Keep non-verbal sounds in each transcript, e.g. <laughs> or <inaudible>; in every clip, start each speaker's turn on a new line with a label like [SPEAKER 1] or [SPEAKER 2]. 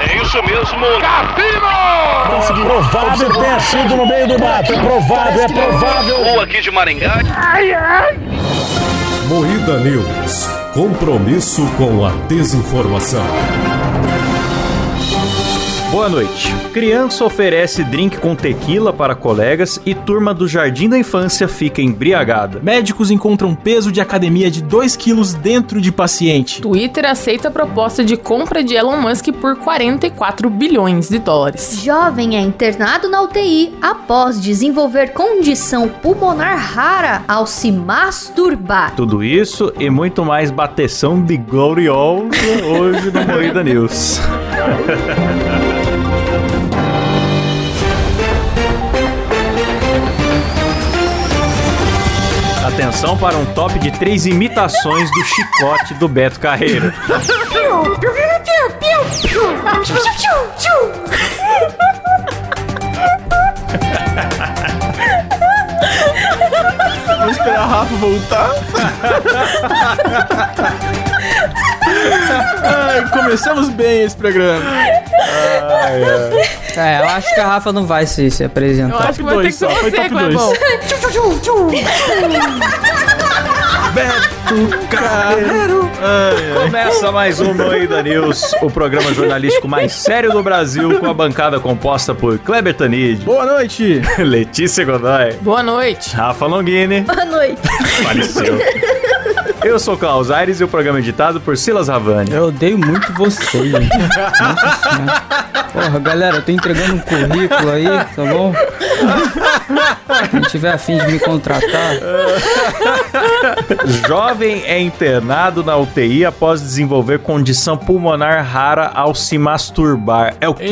[SPEAKER 1] É isso mesmo, Capino!
[SPEAKER 2] Conseguiu. Provável ter sido no meio do mato. É provável, é provável.
[SPEAKER 1] Ou aqui de Maringá.
[SPEAKER 3] Moída News. Compromisso com a desinformação.
[SPEAKER 4] Boa noite. Criança oferece drink com tequila para colegas e turma do Jardim da Infância fica embriagada.
[SPEAKER 5] Médicos encontram peso de academia de 2 quilos dentro de paciente.
[SPEAKER 6] Twitter aceita a proposta de compra de Elon Musk por 44 bilhões de dólares.
[SPEAKER 7] Jovem é internado na UTI após desenvolver condição pulmonar rara ao se masturbar.
[SPEAKER 4] Tudo isso e muito mais bateção de gloriosa hoje no Moída News. Atenção para um top de três imitações do chicote do Beto Carreiro.
[SPEAKER 5] Vamos esperar a Rafa voltar. Ai, começamos bem esse programa.
[SPEAKER 8] É, eu acho que a Rafa não vai se, se
[SPEAKER 6] Eu
[SPEAKER 8] apresentar.
[SPEAKER 6] acho que vai ter que
[SPEAKER 5] dois
[SPEAKER 6] ser
[SPEAKER 5] só, foi
[SPEAKER 6] você,
[SPEAKER 5] top dois.
[SPEAKER 6] Clebão.
[SPEAKER 5] Beto Carreiro. Ai, ai.
[SPEAKER 4] Começa mais um Moída News, o programa jornalístico mais sério do Brasil, com a bancada composta por Kleber Tanid,
[SPEAKER 5] Boa noite.
[SPEAKER 4] <laughs> Letícia Godoy,
[SPEAKER 6] <laughs> Boa noite.
[SPEAKER 4] Rafa Longini,
[SPEAKER 7] Boa noite.
[SPEAKER 4] faleceu. Eu sou Klaus Aires e o programa é editado por Silas Havani.
[SPEAKER 8] Eu odeio muito você, gente. Nossa Senhora. Porra, galera, eu tô entregando um currículo aí, tá bom? Quem tiver afim de me contratar,
[SPEAKER 4] Jovem é internado na UTI após desenvolver condição pulmonar rara ao se masturbar. É o quê?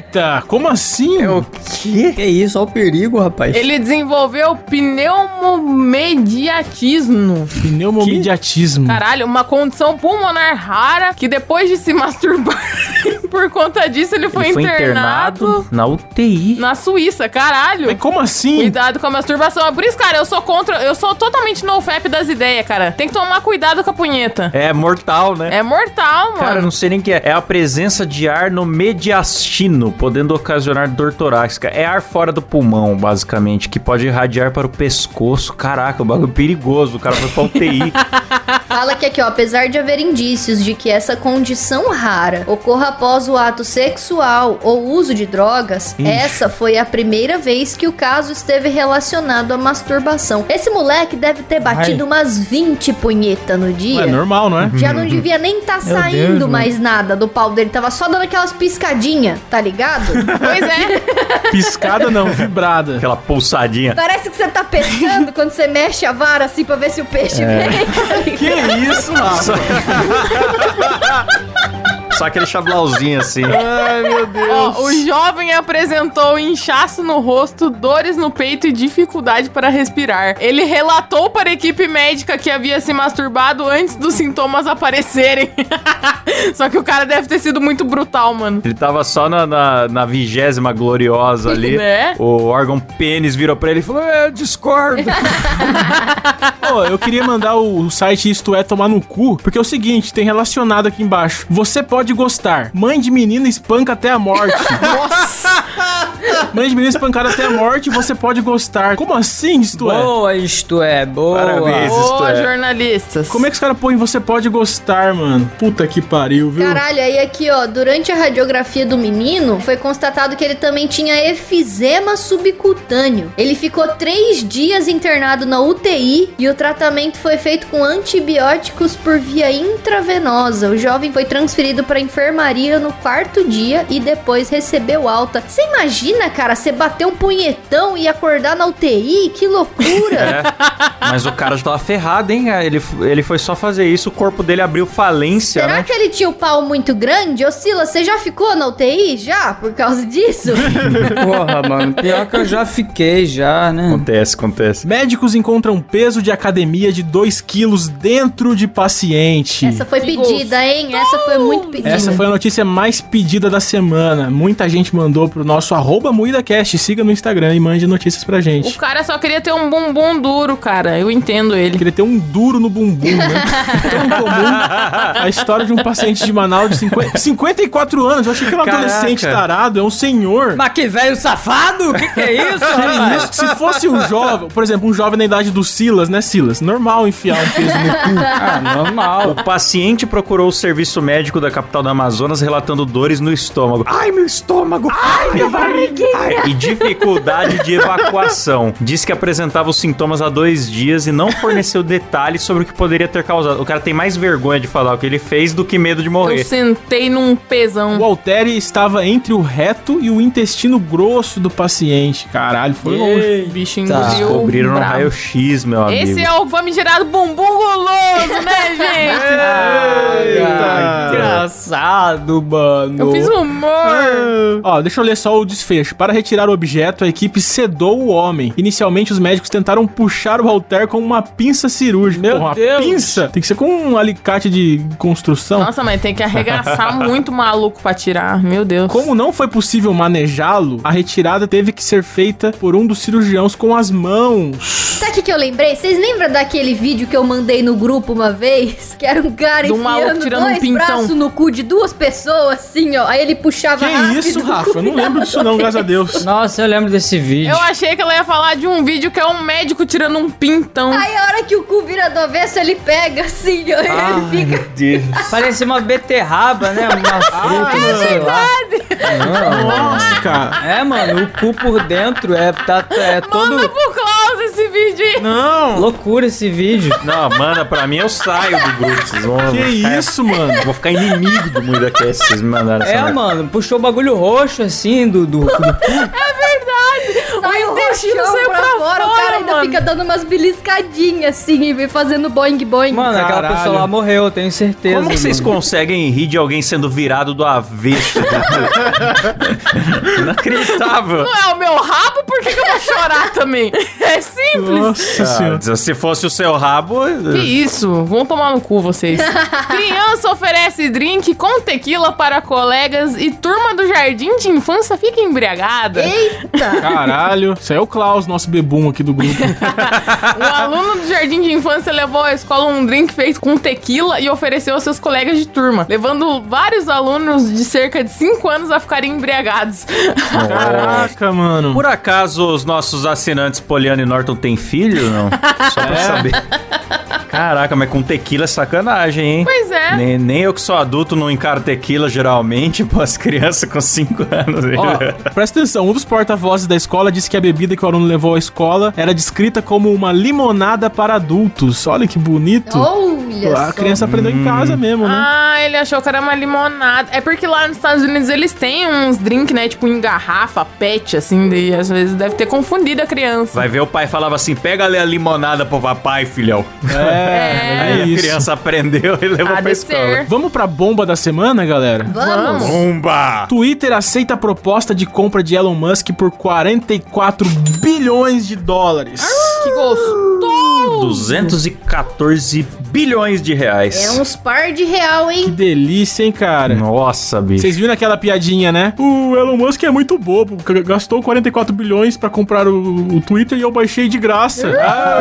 [SPEAKER 5] Eita, como assim?
[SPEAKER 4] É o quê?
[SPEAKER 8] que isso, olha o perigo, rapaz.
[SPEAKER 6] Ele desenvolveu pneumomediatismo.
[SPEAKER 5] Pneumomediatismo.
[SPEAKER 6] Caralho, uma condição pulmonar rara que depois de se masturbar <laughs> por conta disso, ele foi,
[SPEAKER 4] Ele foi
[SPEAKER 6] internado,
[SPEAKER 4] internado na UTI.
[SPEAKER 6] na Suíça. Caralho.
[SPEAKER 5] Mas como assim?
[SPEAKER 6] Cuidado com a masturbação. É por isso, cara, eu sou contra. Eu sou totalmente no fap das ideias, cara. Tem que tomar cuidado com a punheta.
[SPEAKER 4] É mortal, né?
[SPEAKER 6] É mortal, mano.
[SPEAKER 4] Cara, eu não sei nem o que é. É a presença de ar no mediastino, podendo ocasionar dor torácica. É ar fora do pulmão, basicamente, que pode irradiar para o pescoço. Caraca, o bagulho é perigoso. O cara foi pra UTI.
[SPEAKER 7] Fala que aqui, ó, apesar de haver indícios de que essa condição rara ocorra após o ato sexual ou uso de drogas,
[SPEAKER 4] Ixi.
[SPEAKER 7] essa foi a primeira vez que o caso esteve relacionado à masturbação. Esse moleque deve ter batido umas 20 punheta no dia.
[SPEAKER 5] É normal, não é?
[SPEAKER 7] Já não devia nem tá
[SPEAKER 8] Meu
[SPEAKER 7] saindo
[SPEAKER 8] Deus,
[SPEAKER 7] mais nada do pau dele, tava só dando aquelas piscadinhas, tá ligado?
[SPEAKER 6] <laughs> Pois é.
[SPEAKER 5] Piscada não, vibrada.
[SPEAKER 4] Aquela pulsadinha.
[SPEAKER 7] Parece que você tá pescando quando você mexe a vara assim pra ver se o peixe vem. <laughs> tá ligado?
[SPEAKER 5] Que isso, Rafa?
[SPEAKER 4] Só aquele chablauzinho assim.
[SPEAKER 5] Ai, meu Deus.
[SPEAKER 6] Ó, o jovem apresentou um inchaço no rosto, dores no peito e dificuldade para respirar. Ele relatou para a equipe médica que havia se masturbado antes dos sintomas aparecerem. <laughs> Só que o cara deve ter sido muito brutal, mano.
[SPEAKER 4] Ele tava só na, na, na vigésima gloriosa ali.
[SPEAKER 6] Né?
[SPEAKER 4] O órgão pênis virou pra ele e falou: É, eu discordo.
[SPEAKER 5] Pô, eu queria mandar o o site Isto É Tomar no Cu, porque é o seguinte, tem relacionado aqui embaixo. Você pode gostar. Mãe de menina espanca até a morte. Nossa! Mãe de menina espancada até a morte, você pode gostar. Como assim, Isto É?
[SPEAKER 8] Boa, isto é, boa.
[SPEAKER 4] Parabéns. Isso,
[SPEAKER 6] Ô,
[SPEAKER 4] isto é.
[SPEAKER 6] jornalistas.
[SPEAKER 5] Como é que os caras põem você pode gostar, mano? Puta que pariu, viu?
[SPEAKER 7] Caralho, aí aqui, ó, durante a radiografia do menino, foi constatado que ele também tinha efizema subcutâneo. Ele ficou três dias internado na UTI e o tratamento foi feito com antibióticos por via intravenosa. O jovem foi transferido pra enfermaria no quarto dia e depois recebeu alta. Você imagina, cara, você bater um punhetão e acordar na UTI? Que loucura!
[SPEAKER 4] É. Mas o cara já tava ferrado, hein? Ele, ele foi só fazer isso, o corpo dele abriu falência,
[SPEAKER 7] Será
[SPEAKER 4] né?
[SPEAKER 7] que ele tinha o pau muito grande? Ô, Sila, você já ficou na UTI? Já? Por
[SPEAKER 5] <laughs>
[SPEAKER 7] causa disso?
[SPEAKER 8] Porra, mano, pior que eu já fiquei já, né?
[SPEAKER 4] Acontece, acontece.
[SPEAKER 5] Médicos encontram peso de academia de 2 quilos dentro de paciente.
[SPEAKER 7] Essa foi
[SPEAKER 6] Que
[SPEAKER 7] pedida, hein? Essa foi muito pedida.
[SPEAKER 5] Essa foi a notícia mais pedida da semana. Muita gente mandou pro nosso arroba CuidaCast. Siga no Instagram e mande notícias pra
[SPEAKER 6] O
[SPEAKER 5] gente.
[SPEAKER 6] cara só queria ter um bumbum duro, cara. Eu entendo ele.
[SPEAKER 5] Queria ter um duro no bumbum,
[SPEAKER 7] <laughs>
[SPEAKER 5] né? Tão comum. A história de um paciente de Manaus de 50 54 anos. Eu achei que era um
[SPEAKER 4] Caraca.
[SPEAKER 5] adolescente tarado, é um senhor.
[SPEAKER 8] Mas que velho safado? O que, que é isso,
[SPEAKER 5] Que
[SPEAKER 8] rapaz?
[SPEAKER 5] isso? Se fosse um jovem, por exemplo, um jovem na idade do Silas, né, Silas? Normal enfiar um peso no cu.
[SPEAKER 8] Ah, normal.
[SPEAKER 4] O paciente procurou o serviço médico da capital do Amazonas relatando dores no estômago. Ai, meu estômago! Ai, minha barriguinha! Ai, e dificuldade de evacuação. Disse que apresentava os sintomas há dois dias e não forneceu detalhes sobre o que poderia ter causado. O cara tem mais vergonha de falar o que ele fez do que medo de
[SPEAKER 6] Eu
[SPEAKER 4] morrer.
[SPEAKER 6] sentei num pesão.
[SPEAKER 5] O Alteri estava entre o reto e o intestino grosso do paciente. Caralho, foi longe.
[SPEAKER 6] O bicho engoliu.
[SPEAKER 8] Tá.
[SPEAKER 4] Descobriram no
[SPEAKER 6] bravo.
[SPEAKER 4] raio-x, meu amigo.
[SPEAKER 6] Esse é o famigerado bumbum guloso,
[SPEAKER 4] <laughs>
[SPEAKER 6] né, gente?
[SPEAKER 4] É,
[SPEAKER 8] Ah, engraçado, mano.
[SPEAKER 6] Eu fiz humor.
[SPEAKER 5] Ó, deixa eu ler só o desfecho. Para retirar o objeto, a equipe sedou o homem. Inicialmente, os médicos tentaram puxar o Alter com uma pinça cirúrgica.
[SPEAKER 8] Meu
[SPEAKER 5] uma
[SPEAKER 8] Deus.
[SPEAKER 5] pinça? Tem que ser com um alicate de construção.
[SPEAKER 6] Nossa, mas tem que arregaçar muito maluco pra tirar. Meu Deus.
[SPEAKER 5] Como não foi possível manejá-lo, a retirada teve que ser feita por um dos cirurgiãos com as mãos.
[SPEAKER 7] Sabe o que, que eu lembrei? Vocês lembram daquele vídeo que eu mandei no grupo uma vez? Que era um cara
[SPEAKER 6] Do maluco
[SPEAKER 7] enfiando
[SPEAKER 6] tirando um
[SPEAKER 7] dois
[SPEAKER 6] pintão.
[SPEAKER 7] braços no cu de duas pessoas, assim, ó. Aí ele puxava
[SPEAKER 5] Que
[SPEAKER 7] rápido
[SPEAKER 5] isso,
[SPEAKER 7] o cu
[SPEAKER 5] Rafa? Eu não
[SPEAKER 7] virava
[SPEAKER 5] lembro disso não,
[SPEAKER 7] do
[SPEAKER 5] graças a
[SPEAKER 8] <laughs>
[SPEAKER 5] Deus.
[SPEAKER 8] um- Nossa, eu lembro desse vídeo.
[SPEAKER 6] Eu achei que ela ia falar de um vídeo que é um médico tirando um pintão.
[SPEAKER 7] Aí a hora que o cu vira do avesso, ele pega assim, ó, e
[SPEAKER 5] Ah,
[SPEAKER 7] ele fica...
[SPEAKER 8] Parecia uma beterraba, né? Uma fruta, sei lá.
[SPEAKER 5] Nossa, cara.
[SPEAKER 8] É, mano, o cu por dentro é, tá, é
[SPEAKER 6] Manda
[SPEAKER 8] todo...
[SPEAKER 6] pro Klaus esse vídeo aí.
[SPEAKER 5] Não!
[SPEAKER 8] Loucura esse vídeo.
[SPEAKER 4] Não, manda pra mim, eu saio do grupo. Vocês vão...
[SPEAKER 5] Que isso, mano?
[SPEAKER 4] Vou ficar inimigo do Muida Cast, vocês me mandaram essa
[SPEAKER 8] É,
[SPEAKER 4] merda.
[SPEAKER 8] mano, puxou o bagulho roxo, assim, do... do, do-
[SPEAKER 7] Sai o
[SPEAKER 6] intestino
[SPEAKER 7] roxão
[SPEAKER 6] saiu
[SPEAKER 7] pra,
[SPEAKER 6] pra
[SPEAKER 7] fora, o
[SPEAKER 6] fora,
[SPEAKER 7] cara ainda
[SPEAKER 6] mano.
[SPEAKER 7] fica dando umas beliscadinhas assim e fazendo boing boing.
[SPEAKER 8] Mano, aquela
[SPEAKER 5] Caralho.
[SPEAKER 8] pessoa lá morreu, eu tenho certeza.
[SPEAKER 4] Como que vocês
[SPEAKER 8] mano.
[SPEAKER 4] conseguem rir de alguém sendo virado do avesso? Inacreditável.
[SPEAKER 6] Não é o meu rabo, por que, que eu vou <laughs> chorar também? É simples.
[SPEAKER 5] Nossa senhora.
[SPEAKER 4] Ah, se fosse o seu rabo. eh,
[SPEAKER 6] Que isso? Vão tomar no cu <laughs> vocês. Criança oferece drink com tequila para colegas e turma do jardim de infância fica embriagada.
[SPEAKER 7] Eita!
[SPEAKER 5] Caralho. Isso aí é o Klaus, nosso bebum aqui do grupo.
[SPEAKER 6] Um aluno do jardim de infância levou à escola um drink feito com tequila e ofereceu aos seus colegas de turma, levando vários alunos de cerca de 5 anos a ficarem embriagados. <laughs>
[SPEAKER 5] Caraca, mano.
[SPEAKER 4] Por acaso os nossos assinantes Poliano e Norton têm filho? Não? Só pra
[SPEAKER 5] É.
[SPEAKER 4] saber. Caraca, mas com tequila é sacanagem, hein?
[SPEAKER 6] Pois é.
[SPEAKER 4] Nem, nem eu que sou adulto não encaro tequila geralmente, pô, as crianças com 5 anos.
[SPEAKER 5] Ó, presta atenção, um dos porta-vozes da escola disse que a bebida que o aluno levou à escola era descrita como uma limonada para adultos. Olha que bonito.
[SPEAKER 7] Olha
[SPEAKER 5] a
[SPEAKER 7] só.
[SPEAKER 5] criança aprendeu em casa mesmo, né?
[SPEAKER 6] Ah, ele achou que era uma limonada. É porque lá nos Estados Unidos eles têm uns drink, né? Tipo em garrafa, pet, assim, daí às vezes deve ter confundido a criança.
[SPEAKER 4] Vai ver o pai falava assim: pega ali a limonada pro papai, filhão.
[SPEAKER 5] É,
[SPEAKER 4] Aí a criança aprendeu e levou
[SPEAKER 6] Há
[SPEAKER 4] pra
[SPEAKER 6] de
[SPEAKER 4] escola.
[SPEAKER 7] Ah.
[SPEAKER 6] ser.
[SPEAKER 5] Vamos pra bomba da semana, galera?
[SPEAKER 7] Vamos.
[SPEAKER 4] Bomba!
[SPEAKER 5] Twitter aceita a proposta de compra de Elon Musk por 44 bilhões de dólares.
[SPEAKER 6] Que gostoso!
[SPEAKER 4] 214 bilhões de reais.
[SPEAKER 7] É uns par de real,
[SPEAKER 5] Que
[SPEAKER 7] hein?
[SPEAKER 5] delícia, hein, cara?
[SPEAKER 4] Nossa, bicho.
[SPEAKER 5] Vocês viram aquela piadinha, né? O Elon Musk é muito bobo. g- Gastou 44 bilhões pra comprar o, o Twitter e eu baixei de graça.
[SPEAKER 7] Ah.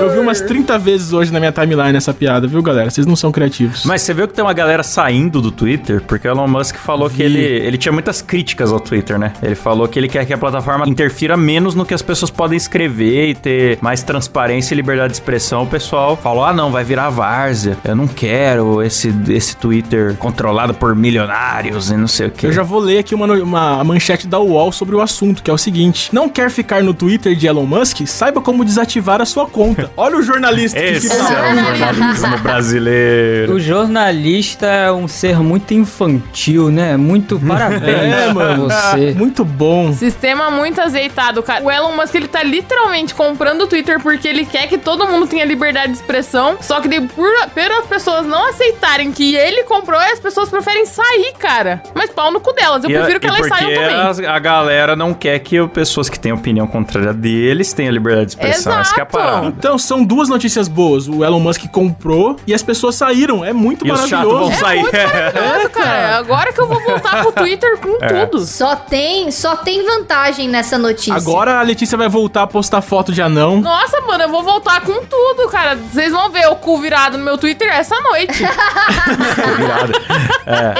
[SPEAKER 5] eu vi umas 30 vezes hoje na minha timeline essa piada, viu, galera? Vocês não são criativos.
[SPEAKER 4] Mas você viu que tem uma galera saindo do Twitter? Porque o Elon Musk falou que ele, ele tinha muitas críticas ao Twitter, né? Ele falou que ele quer que a plataforma interfira menos no que as pessoas podem escrever e ter mais transparência e liberdade de expressão. O pessoal falou: ah, não, vai virar várzea. Eu não quero esse, esse Twitter controlado por milionários e não sei o quê.
[SPEAKER 5] Eu já vou ler aqui uma, no- uma manchete da UOL sobre o assunto, que é o seguinte: Não quer ficar no Twitter de Elon Musk? Saiba como desativar a sua
[SPEAKER 4] <laughs>
[SPEAKER 5] conta. Olha o jornalista que
[SPEAKER 4] Esse é
[SPEAKER 5] fica.
[SPEAKER 4] o jornalismo brasileiro.
[SPEAKER 8] O jornalista é um ser muito infantil, né? Muito parabéns
[SPEAKER 5] É,
[SPEAKER 8] pra
[SPEAKER 5] mano.
[SPEAKER 8] você.
[SPEAKER 5] Muito bom.
[SPEAKER 6] Sistema muito azeitado, cara. O Elon Musk, ele tá literalmente comprando o Twitter porque ele quer que todo mundo tenha liberdade de expressão. Só que daí, por, por as pessoas não aceitarem que ele comprou, as pessoas preferem sair, cara. Mas pau no cu delas. Eu
[SPEAKER 4] E a-
[SPEAKER 6] prefiro que
[SPEAKER 4] e
[SPEAKER 6] elas
[SPEAKER 4] porque
[SPEAKER 6] saiam também.
[SPEAKER 4] A, a galera não quer que o- pessoas que têm opinião contrária deles tenham liberdade de expressão. Essa que é a
[SPEAKER 6] Exato.
[SPEAKER 4] parada.
[SPEAKER 5] Então, são duas notícias boas. O Elon Musk comprou e as pessoas saíram. É muito
[SPEAKER 4] E os chatos
[SPEAKER 5] maravilhoso.
[SPEAKER 6] É
[SPEAKER 4] vão sair.
[SPEAKER 6] Nossa, cara, agora que eu vou voltar pro
[SPEAKER 4] <laughs>
[SPEAKER 6] Twitter com
[SPEAKER 4] É.
[SPEAKER 6] tudo.
[SPEAKER 7] Só tem, só tem vantagem nessa notícia.
[SPEAKER 5] Agora a Letícia vai voltar a postar foto de anão.
[SPEAKER 6] Nossa, mano, eu vou voltar com tudo, cara. Vocês vão ver o cu virado no meu Twitter essa noite.
[SPEAKER 4] <laughs>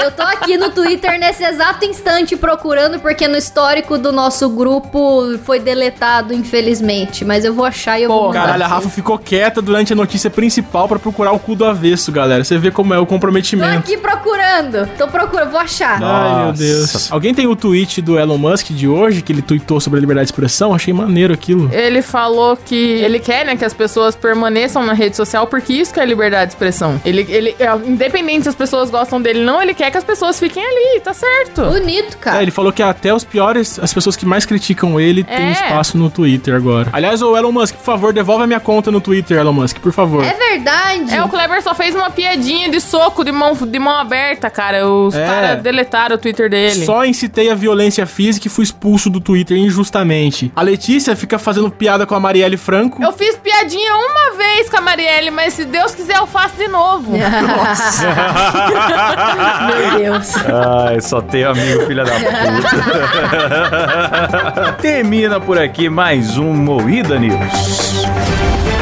[SPEAKER 7] Eu tô aqui no Twitter nesse exato instante procurando, porque no histórico do nosso grupo foi deletado, infelizmente. Mas eu vou achar e eu vou.
[SPEAKER 6] Porra.
[SPEAKER 7] mandar.
[SPEAKER 5] Caralho, a Rafa ficou quieta durante a notícia principal pra procurar o cu do avesso, galera. Você vê como é o
[SPEAKER 7] Tô
[SPEAKER 5] comprometimento.
[SPEAKER 7] aqui procurando. Tô procurando, vou achar.
[SPEAKER 5] Ai, meu
[SPEAKER 4] Nossa.
[SPEAKER 5] Deus. Alguém tem o tweet do Elon Musk de hoje, que ele tweetou sobre a liberdade de expressão? Achei maneiro aquilo.
[SPEAKER 6] Ele falou que ele quer, né, que as pessoas permaneçam na rede social porque isso que é liberdade de expressão. Ele, ele é, independente se as pessoas gostam dele ou não, ele quer que as pessoas fiquem ali, tá certo.
[SPEAKER 7] Bonito,
[SPEAKER 5] É,
[SPEAKER 7] cara.
[SPEAKER 5] ele falou que até os piores, as pessoas que mais criticam ele, têm
[SPEAKER 6] É.
[SPEAKER 5] espaço no Twitter agora. Aliás, o Elon Musk, por favor, devolve a minha conta no Twitter, Elon Musk, por favor.
[SPEAKER 7] É verdade.
[SPEAKER 6] É, o Kleber só fez uma piadinha de soco de mão, de mão aberta, cara. Os
[SPEAKER 5] É.
[SPEAKER 6] caras deletaram o Twitter dele.
[SPEAKER 5] Só incitei a violência física e fui expulso do Twitter injustamente. A Letícia fica fazendo piada com a Marielle Franco.
[SPEAKER 6] Eu fiz piadinha uma vez com a Marielle, mas se Deus quiser eu faço de novo.
[SPEAKER 7] Meu Deus.
[SPEAKER 4] Ai, só tenho amigo, filha da puta. Termina por aqui mais um Moída News.